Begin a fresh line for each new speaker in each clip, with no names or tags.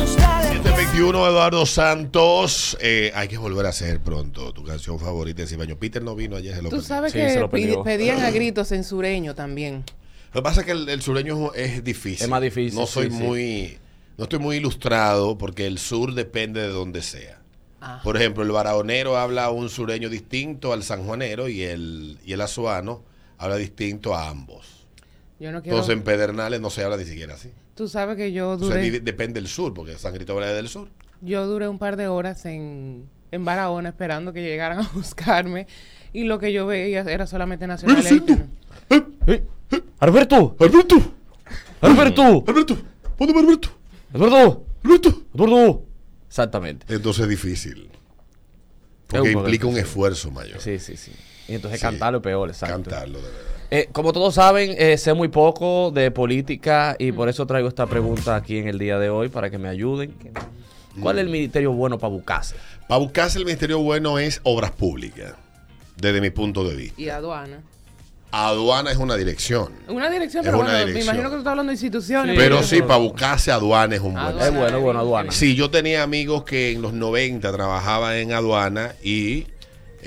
721 Eduardo Santos, eh, hay que volver a hacer pronto tu canción favorita de años. Peter no vino ayer, se lo
Tú
perdí.
sabes
Sí, se
que
lo
pidi-
pidió.
pedían a gritos en sureño también.
Lo que pasa es que el, el sureño es es difícil.
Es más difícil,
No soy
sí, sí.
muy, no estoy muy ilustrado porque el sur depende de donde sea.
Ah.
Por ejemplo, el barahonero habla un sureño distinto al sanjuanero y el, y el azuano habla distinto a ambos.
Yo no quiero.
Entonces en Pedernales no se habla ni siquiera así.
tú sabes que yo
O sea,
duré,
di- depende del sur, porque San Cristóbal es del sur.
yo duré un par de horas en, en Barahona esperando que llegaran a buscarme y lo que yo veía era solamente nacional.
Mira, sí, tú.
Haitiano.
¡Eh! ¡Alberto! ¡Alberto! ¡Alberto!
Alberto, ¿dónde Alberto?
¡Alberto!
Alberto.
¡Alberto! Exactamente.
Entonces es
Es
difícil. Porque
un poco
implica un
difícil.
esfuerzo mayor.
Sí, sí, sí. Y entonces
Sí.
cantarlo es peor, exacto.
Cantarlo, de verdad.
Eh, como todos saben, eh, sé muy poco de política y por eso traigo esta pregunta aquí en el día de hoy para que me ayuden. ¿Cuál es
Mm.
el ministerio bueno para buscarse?
Para buscarse el ministerio bueno es obras públicas, desde mi punto de vista.
Y aduana.
Aduana es una dirección.
Una dirección,
Es
pero
una
bueno,
dirección.
me imagino que tú estás hablando de instituciones.
Pero
Sí,
sí,
eso-
para buscarse aduana es un buen.
Aduana.
Es bueno, bueno, aduana.
Sí, yo tenía amigos que en los 90 trabajaban en aduana y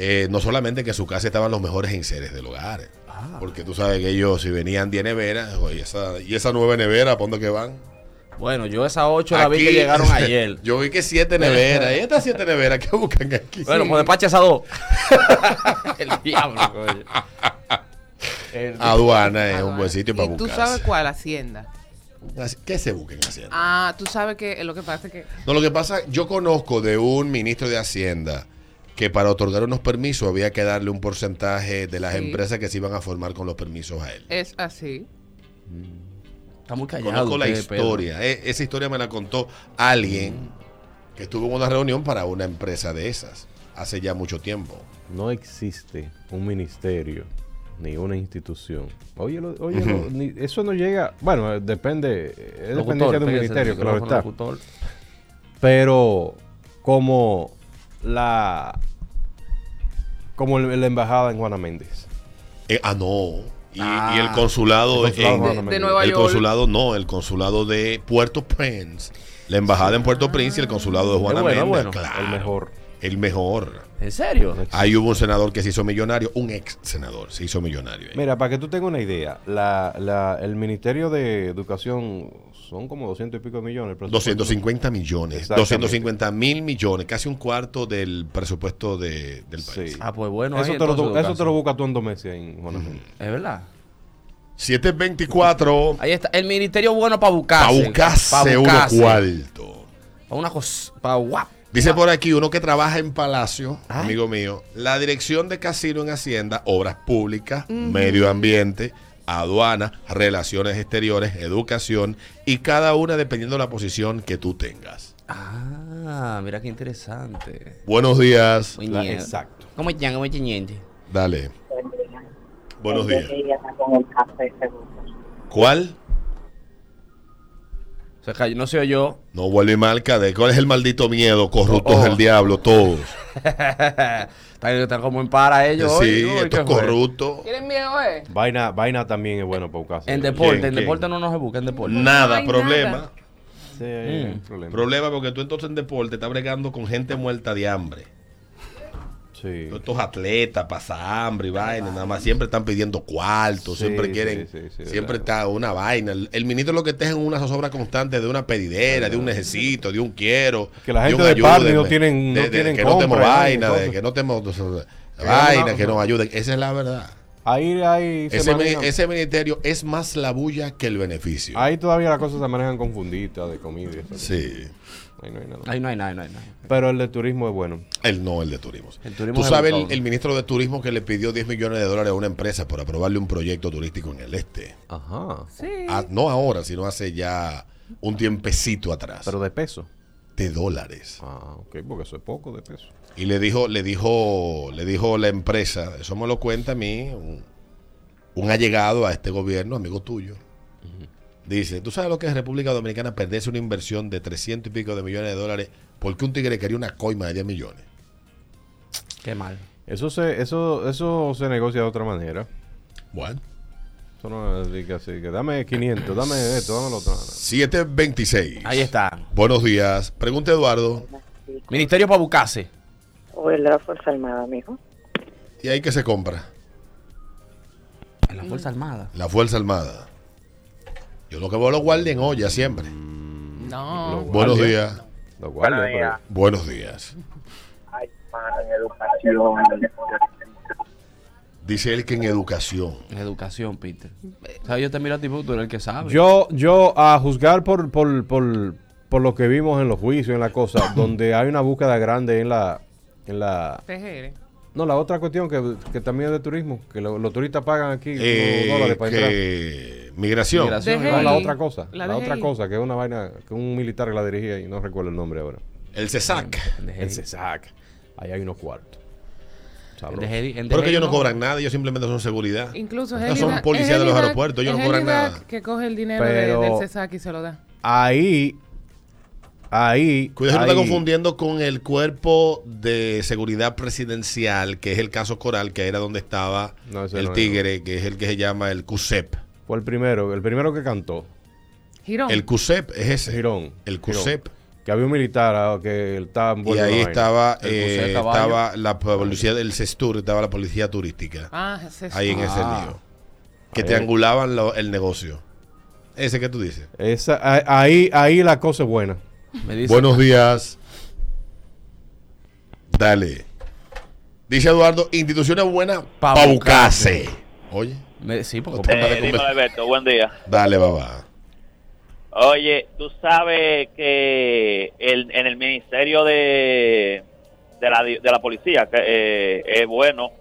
eh, no solamente que en su casa estaban los mejores enseres del hogar.
Ah.
Porque tú sabes que ellos, si venían 10 neveras, oye, esa- y esa nueva nevera, ¿para dónde que van?
Bueno, yo esas ocho la vi que
Aquí-
llegaron ayer.
Yo vi que siete neveras. ¿Y estas siete neveras qué buscan aquí?
Bueno, pues despacha esas dos. el diablo, coño. El-
Ah, Aduana es un
Aduana.
buen sitio para
¿Y tú
buscarse.
sabes cuál? Hacienda.
Así- ¿Qué se busquen haciendo?
Ah, tú sabes que eh, lo que pasa es que.
No, lo que pasa, yo conozco de un ministro de Hacienda que para otorgar unos permisos había que darle un porcentaje de las
Sí.
empresas que se iban a formar con los permisos a él.
Es así.
Está muy callado.
conozco la
usted, Pedro.
historia. E- esa historia me la contó alguien
Mm.
que estuvo en una reunión para una empresa de esas hace ya mucho tiempo.
no existe un ministerio ni una institución. Oye, oye ni- eso no llega. Bueno, eh, depende. Es dependencia de un
pégase el
ministerio, claro
micrófono,
está.
locutor.
Pero como la. Como el- la embajada en Guanaméndez.
Eh, ah, no. Y, y el
Ah,
consulado,
El consulado
en-
de- Nueva
De, de Nueva
el
York.
consulado no, el consulado de Puerto Prince, la embajada en Puerto Prince y el consulado de Juana
Es bueno,
Méndez,
bueno,
claro,
El mejor.
el mejor.
¿En serio?
Ahí hubo un senador que se hizo millonario, un ex senador se hizo millonario. ahí.
Mira, para que tú tengas una idea, la, la- el Ministerio de Educación son como 200 y pico de millones. el presupuesto.
250 millones,
Exactamente.
250 mil millones, casi un cuarto del presupuesto de- del país.
Sí.
Ah, pues bueno.
eso,
ahí
te
entonces
lo, eso te
educarse.
lo busca tú en dos meses ahí en Guanaméndez.
Es verdad.
724
Ahí está. El ministerio bueno para
para
buscarse.
buscarse uno cuarto.
Para una cosa. Para guap.
Dice por aquí uno que trabaja en Palacio, amigo mío, la dirección de casino en Hacienda, Obras Públicas, Medio Ambiente, Aduana, Relaciones Exteriores, Educación y cada una dependiendo de la posición que tú tengas.
Ah, mira qué interesante.
Buenos días.
Muy
La-
bien.
exacto.
¿Cómo están? ¿Cómo están, gente?
Dale. Buenos días.
con el café seguro.
¿Cuál?
Se cayó, no se oyó.
No vuelve y marca de cuál es el maldito miedo, corruptos
Oh.
del diablo, todos.
están, están como en para ellos. hoy,
sí,
¿no? ¿Y
estos
qué fue?
corruptos.
¿Quieren miedo, eh?
Vaina, vaina también es bueno para buscarse.
En deporte,
¿Quién,
en
quién?
deporte no nos se busca, en deporte.
No
Nada,
hay
problema.
nada.
Sí, ahí hay
Mm.
problema.
Problema porque tú entonces en deporte estás bregando con gente muerta de hambre. Todos estos atletas, pasa hambre y vaina, nada más. Siempre están pidiendo cuartos,
Sí,
siempre quieren.
sí, sí, sí,
siempre está una vaina. El, el ministro lo que está es en una zozobra constante de una pedidera, de un necesito, de un quiero.
Que la
de
gente
un
de Pardi
ayúdenme,
no tienen- no
de- de-
tienen
Que no te
compra,
vaina,
¿eh?
de que no te mo-
Que
vaina,
una-
que nos ayuden. Esa es la verdad.
Ahí, ahí se
Ese,
manejan-
mini- ese ministerio es más la bulla que el beneficio.
Ahí todavía las cosas se manejan confundidas de comida. y eso.
Sí.
Ahí no hay nada.
Ahí no hay nada, ahí no hay nada.
Pero el de turismo es bueno.
El no, el de turismo.
El turismo
Tú
es
sabes
brutal.
el, el ministro de turismo que le pidió 10 millones de dólares a una empresa por aprobarle un proyecto turístico en el este.
Ajá.
Ah, no ahora, sino hace ya un tiempecito atrás.
Pero de peso.
De dólares.
Ah, ok, porque eso es poco de peso.
Y le dijo, le dijo, le dijo la empresa, eso me lo cuenta a mí, un, un allegado a este gobierno, amigo tuyo. Dice, ¿tú sabes lo que es República Dominicana perderse una inversión de 300 y pico de millones de dólares porque un tigre quería una coima de 10 millones?
Qué mal.
Eso se, eso, eso se negocia de otra manera.
Bueno.
Eso no es de que así, que dame 500, dame esto, dame lo otro.
726.
Ahí está.
Buenos días. Pregunta Eduardo.
Ministerio para Bucase.
O el de la Fuerza Armada, amigo.
¿Y ahí qué se compra?
La Fuerza Armada.
La Fuerza Armada. Yo lo que veo los guardias en olla siempre.
No.
Buenos días.
Los guardias,
Buenos días.
Buenos días.
Ay, mano, en educación.
Dice él que en educación.
Educación, Peter. ¿Sabes? Yo te miro a ti, porque tú eres el que sabe.
Yo, yo, a juzgar por, por, por, por lo que vimos en los juicios, en la cosa, donde hay una búsqueda grande en la, en la...
TGR.
No, la otra cuestión que, que también es de turismo, que lo- los turistas pagan aquí unos
Eh,
dólares para entrar.
que- Migración.
Migración.
No, la
DGI.
otra cosa,
La
la,
DGI.
otra cosa, que es una vaina que un militar que la dirigía y no recuerdo el nombre ahora.
El E CESAC.
El CESAC. Ahí hay unos cuartos. Sabroso.
Pero que ellos no cobran nada, ellos simplemente son seguridad.
Incluso es
Ellos
el
son
IDAC-
policías
es
de
el
los
IDAC-
aeropuertos, ellos
es
no
el
cobran
IDAC
nada.
Que coge el dinero de-
Pero-
del CESAC y se lo da.
Ahí, ahí...
Cuidado que no está
ahí-
confundiendo con el cuerpo de seguridad presidencial, que es el caso Coral, que era donde estaba
No, ese
el
no es.
tigre, que es el que se llama el CUSEP.
Fue el primero, el primero que cantó.
Girón.
El CUSEP es ese.
Girón.
El
Girón.
CUSEP.
Que había un militar ah, que estaba
Y
envuelto en
ahí
la vaina.
estaba,
El
eh,
Museo de Caballo.
estaba la policía del Sestur, estaba la policía turística.
Ah, es eso.
Ahí en ese
Ah.
lío. Que
Ahí.
triangulaban lo- el negocio. Ese que tú dices.
Esa- a-
Ah,
ahí, ahí la cosa es buena.
Me dice,
Buenos días. Dale. Dice Eduardo, instituciones buenas
Pa'
pa'
buscarse.
buscarse. Oye,
me- sí, porque
Usted-
porque-
Eh,
Dime, Alberto, buen día.
dale, babá.
Oye, tú sabes que el- en el Ministerio de, de, la, de la Policía que, eh, es bueno.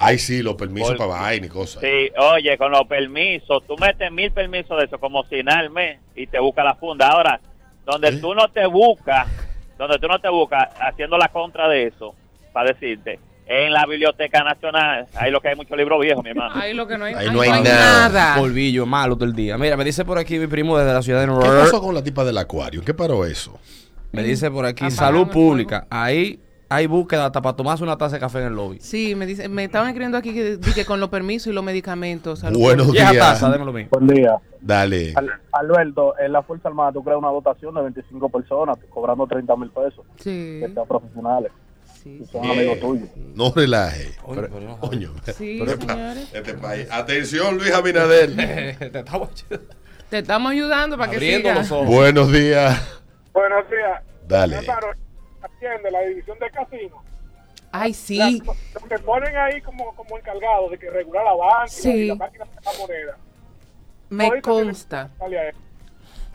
Ay, sí, los permisos
Por-
para vaina y cosas.
Sí, oye, con los permisos, tú metes mil permisos de eso, como si nada al mes, y te busca la funda. Ahora, donde
¿Eh?
tú no te buscas, donde tú no te buscas, haciendo la contra de eso, para decirte, en la Biblioteca Nacional, ahí lo que hay mucho libro viejo, mi hermano.
Ahí lo que no hay,
Ahí no hay nada.
polvillo malo todo el día. Mira, me dice por aquí mi primo desde la ciudad de Nueva
¿Qué
York.
pasó con la tipa del acuario? ¿Qué paró eso?
Me dice por aquí,
Apagaron
salud
el
pública. Ahí hay búsqueda hasta para tomarse una taza de café en el lobby.
Sí, me, dice, me estaban escribiendo aquí que, di que con los permisos y los medicamentos. salud.
Buenos
Vieja
días.
taza, démelo mío.
Buen día.
Dale.
Al- Alberto, en la Fuerza Armada tú creas una dotación de 25 personas cobrando 30 mil pesos
Sí.
que sean profesionales
Sí,
y son
Bien.
amigos tuyos.
No relaje.
Oye, pero no,
Coño.
sí,
Pero-
señores.
Este país. Atención, Luis Abinader.
joder, eh, te estaba ch-
Te estamos ayudando para que
abriendo
sigas.
los ojos.
Buenos días.
Buenos días.
Dale.
Atiende la división de casino.
Ay, sí.
Lo que ponen ahí como, como encargado de que regular la banca
Sí. y la
máquina de la moneda.
Me consta.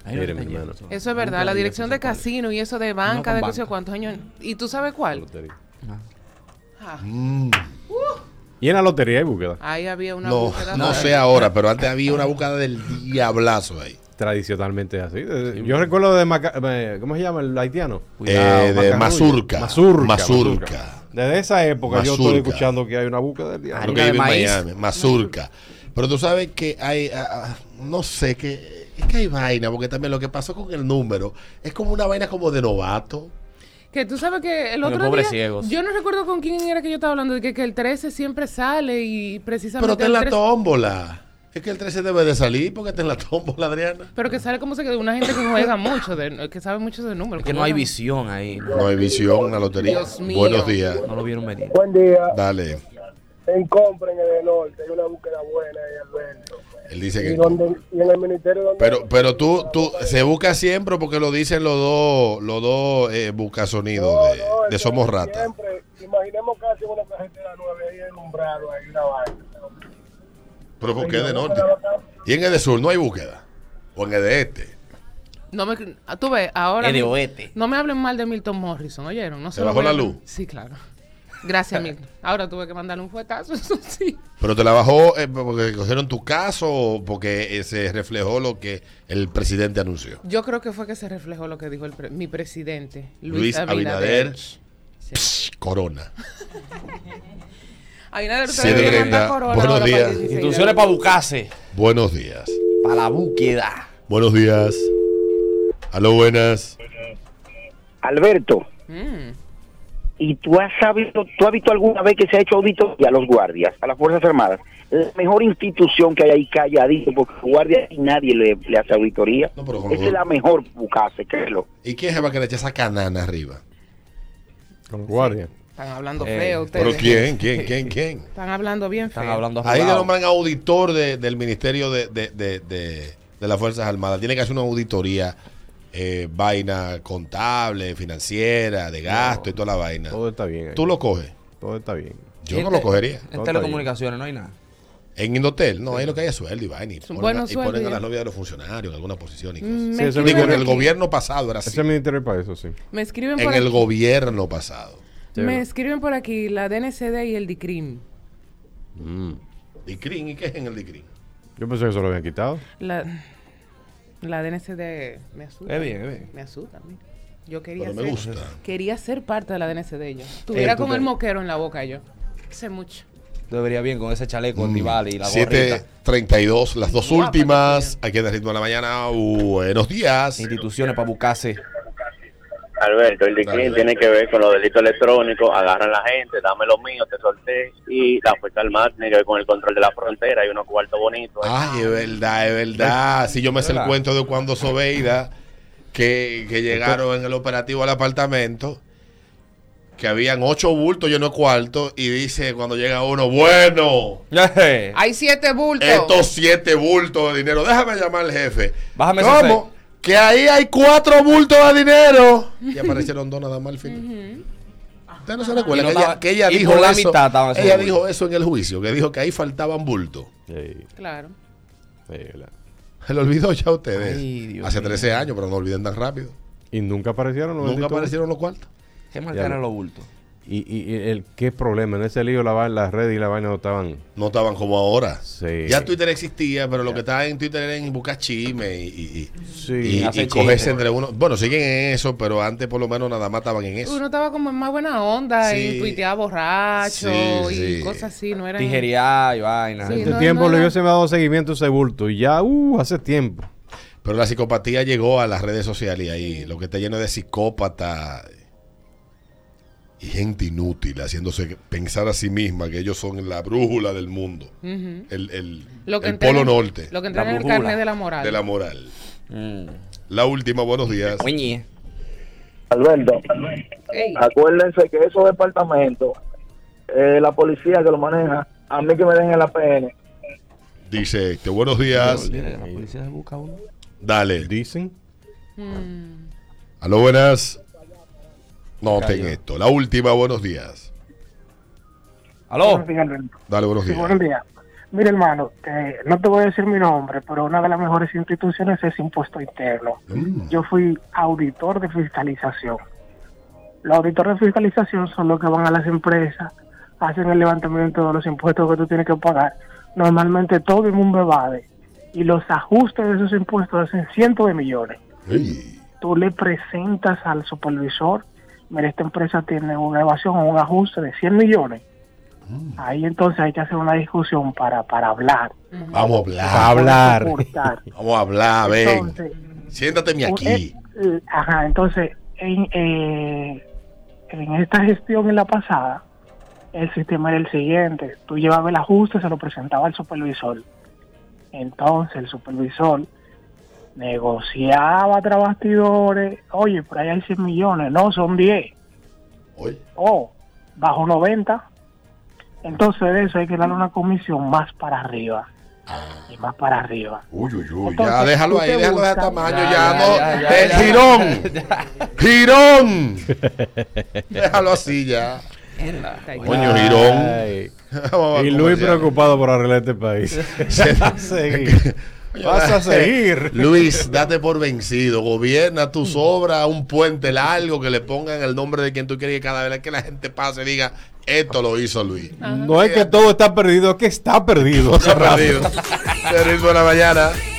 Ahí no
Mire, mi
está
hermano.
lleno.
Eso es verdad. La dirección de casino y eso de
No
banca,
con
de negocio,
banca.
¿cuántos años? ¿Y tú sabes cuál?
Lotería.
Ah,
Y en la lotería hay búsqueda.
ahí había una
No,
búsqueda
no
para-
sé ahora, pero antes había una búsqueda del diablazo ahí.
Tradicionalmente es así. Eh, Yo recuerdo de... Maca- eh, ¿Cómo se llama el haitiano?
Eh, de
Macarrulla.
Mazurca.
Mazurca.
Mazurca.
Desde esa época yo
Mazurca.
estoy escuchando que hay una búsqueda del diablo.
Lo
Harina
que
de
vive en
Ah, maíz.
Miami, Mazurca. Pero tú sabes que hay, ah, ah, no sé, que es que hay vaina, porque también lo que pasó con el número es como una vaina como de novato.
Que tú sabes que el
Los
otro
pobres
día,
ciegos.
yo no recuerdo con quién era que yo estaba hablando, de que, que el 13 siempre sale y precisamente
Pero está en
el
la
13
tómbola. Es que el 13 debe de salir porque está en la tómbola, Adriana.
Pero que sale como se queda una gente que juega mucho, de- que sabe mucho de números.
Es que no
¿cómo
hay
era?
visión ahí.
No hay visión, la lotería.
Dios mío.
Buenos días.
No lo vieron venir.
Buen día.
Dale.
En compra en el norte hay una búsqueda buena ahí, Alberto.
Él dice
Y,
que.
donde, y en el ministerio donde
Pero, pero tú, tú, se busca siempre porque lo dicen los dos, los dos eh, buscasonidos de, de Somos Rata.
siempre, imaginemos casi una carretera nueva ahí alumbrado, ahí una vaina.
Pero porque es de norte. Y en el de sur no hay búsqueda. O en el de este.
No me, ah, tú ves, ahora.
Es de
mi-
oeste.
No me hablen mal de Milton Morrison, ¿oyeron? No
¿Se
lo
bajó
voy a-
la luz?
Sí, claro. Gracias, Milton. Ahora tuve que mandarle un fuetazo, eso sí.
Pero te la bajó eh, porque cogieron tu caso o porque eh, se reflejó lo que el presidente anunció.
Yo creo que fue que se reflejó lo que dijo el pre- mi presidente, Luis,
Luis
Abinader.
Abinader. Psh, corona.
Abinader, usted
Siete
debería mandar
treinta.
corona ahora
Buenos
para
días.
el 16 de
Instrucciones para
abril.
buscarse.
Buenos días.
Para la búsqueda.
Buenos días. Aló, buenas.
Alberto, ¿y tú has sabido, tú has visto alguna vez que se ha hecho auditoría a los guardias, a las Fuerzas Armadas? La mejor institución que hay ahí calladito, porque guardias nadie le, le hace auditoría.
con
Esa
los-
es la mejor bucase, créelo.
¿Y quién es el que le echa esa canana arriba?
Con guardia.
Están hablando
Eh,
feo ustedes.
¿pero quién? ¿Quién? ¿Quién? ¿Quién?
Están hablando bien feo.
Ahí le nombran auditor de- del Ministerio de, de- de- de- de las Fuerzas Armadas. Tiene que hacer una auditoría, eh, vaina contable, financiera, de gasto y toda la vaina.
Todo está bien ahí.
¿Tú lo coges?
Todo está bien.
Yo no lo cogería.
En telecomunicaciones no hay nada.
En Indotel, no, ahí lo que hay es sueldo y vaina. Y ponen,
buenos
y ponen
sueldos,
a
ya.
las novias de los funcionarios en alguna posición. Y
Mm,
cosas.
me
Sí, eso
Digo, en
me-
el gobierno pasado era así.
Ese es ministerio para eso, sí.
Me escriben
En
por
el
aquí-
gobierno pasado.
Me escriben por aquí la DNCD y el DICRIM.
¿Dicrin? ¿Y qué es en el Dicrin?
Yo pensé que se lo habían quitado.
La, la DNCD me asusta.
Es bien, es bien.
Me asusta a mí. Yo quería
Pero
ser,
me gusta.
quería ser parte de la DNCD yo. Estuviera
tú
con el
te-
moquero en la boca yo. Sé mucho.
Te vería bien con ese chaleco
Mm.
Mm.
tribal y la gorrita.
7.32, las dos últimas. Aquí en el ritmo de la mañana. Buenos días.
Instituciones para buscarse.
Alberto, el DICRIN tiene que ver con los delitos electrónicos, agarran la gente, dame lo mío, te solté, y la Fuerza Armada tiene que ver con el control de la frontera, hay unos cuartos bonitos.
Ah.
Ay, Ah,
ah.
es verdad, es verdad. Si yo me sé el
¿Verdad?
cuento de cuando Sobeida, que, que llegaron en el operativo al apartamento, que habían ocho bultos llenos de cuartos, y dice cuando llega uno, bueno,
Hay siete bultos.
estos siete bultos de dinero, déjame llamar al jefe.
Bájame ese
¿Cómo? Que ahí hay cuatro bultos de dinero. Y aparecieron dos nada más al final. Usted no se recuerda
Y no
que,
estaba-
ella, que ella
y
dijo
por la
eso.
mitad estaban esos
ella
bultos.
dijo eso en el juicio, que dijo que ahí faltaban bultos.
Claro.
Se lo olvidó ya a ustedes.
Ay, Dios
Hace
mío.
13 años, pero no olviden tan rápido.
Y nunca aparecieron los
Nunca
benditos
aparecieron los cuartos.
¿Qué mal
Ya
eran
lo-
los bultos?
Y, y- y el qué problema, en ese lío la, va- las redes y la vaina no estaban.
No estaban como ahora.
Sí.
Ya Twitter existía, pero lo que estaba en Twitter era en buscar chisme y, y, y- y- y
Hacer
cogerse
chisme.
entre uno. Bueno, siguen en eso, pero antes por lo menos nada más estaban en eso.
Uno estaba como en más buena onda
Sí.
y tuiteaba borracho
Sí,
y
sí.
cosas así. No eran.
Tijería y vaina.
Sí,
este
no,
tiempo
no,
le
no.
hubiese dado seguimiento a ese bulto. Y ya, uh, hace tiempo.
Pero la psicopatía llegó a las redes sociales y ahí lo que está lleno de psicópatas y gente inútil haciéndose pensar a sí misma que ellos son la brújula del mundo.
Ujú.
El, el-
Lo que
el
entra
polo
en-
norte.
lo que entra La en el brújula. carnet de la moral.
De la moral. Mm. La última, buenos días.
Alberto,
Ah,
acuérdense que esos departamentos, eh, la policía que lo maneja, a mí que me den el APN.
Dice este, buenos días.
La policía se busca uno.
Dale.
Dicen.
Aló, buenas. Noten
Cayó.
esto. La última, buenos días.
Aló.
Dale, buenos
Sí,
días.
buenos días. Mira, hermano, eh, no te voy a decir mi nombre, pero una de las mejores instituciones es Impuesto Interno. Yo fui auditor de fiscalización. Los auditores de fiscalización son los que van a las empresas, hacen el levantamiento de los impuestos que tú tienes que pagar. Normalmente todo el mundo evade. Y los ajustes de esos impuestos hacen cientos de millones. Tú le presentas al supervisor, mira, esta empresa tiene una evasión o un ajuste de 100 millones. Ahí entonces hay que hacer una discusión para, para hablar.
Vamos a hablar.
Para hablar.
Vamos a hablar, ven.
Entonces,
Siéntateme aquí.
eh, ajá, entonces, en, eh, en esta gestión en la pasada, el sistema era el siguiente. Tú llevabas el ajuste, se lo presentaba al supervisor.
Entonces el supervisor negociaba tras bastidores, oye, por ahí hay 100 millones, no, son 10. Oh, bajo 90. Entonces de eso hay que darle una comisión más para arriba. Y más para arriba.
Uy, uy, uy.
Entonces,
ya, déjalo
tú
ahí,
te
déjalo de
buscas-
tamaño,
Ya,
ya,
ya,
no.
ya, ya,
del
ya.
girón. ¡Girón! déjalo así ya. Coño,
Ay.
girón. Vamos a
Y Luis
comercial.
preocupado por arreglar este país. Vas a seguir. Vas a seguir.
Luis, date por vencido. Gobierna tus obras, un puente largo que le pongan el nombre de quien tú quieres y cada vez que la gente pase diga, esto lo hizo Luis.
Ah.
No es que todo está perdido, es que está perdido.
Está perdido. Feliz buena mañana.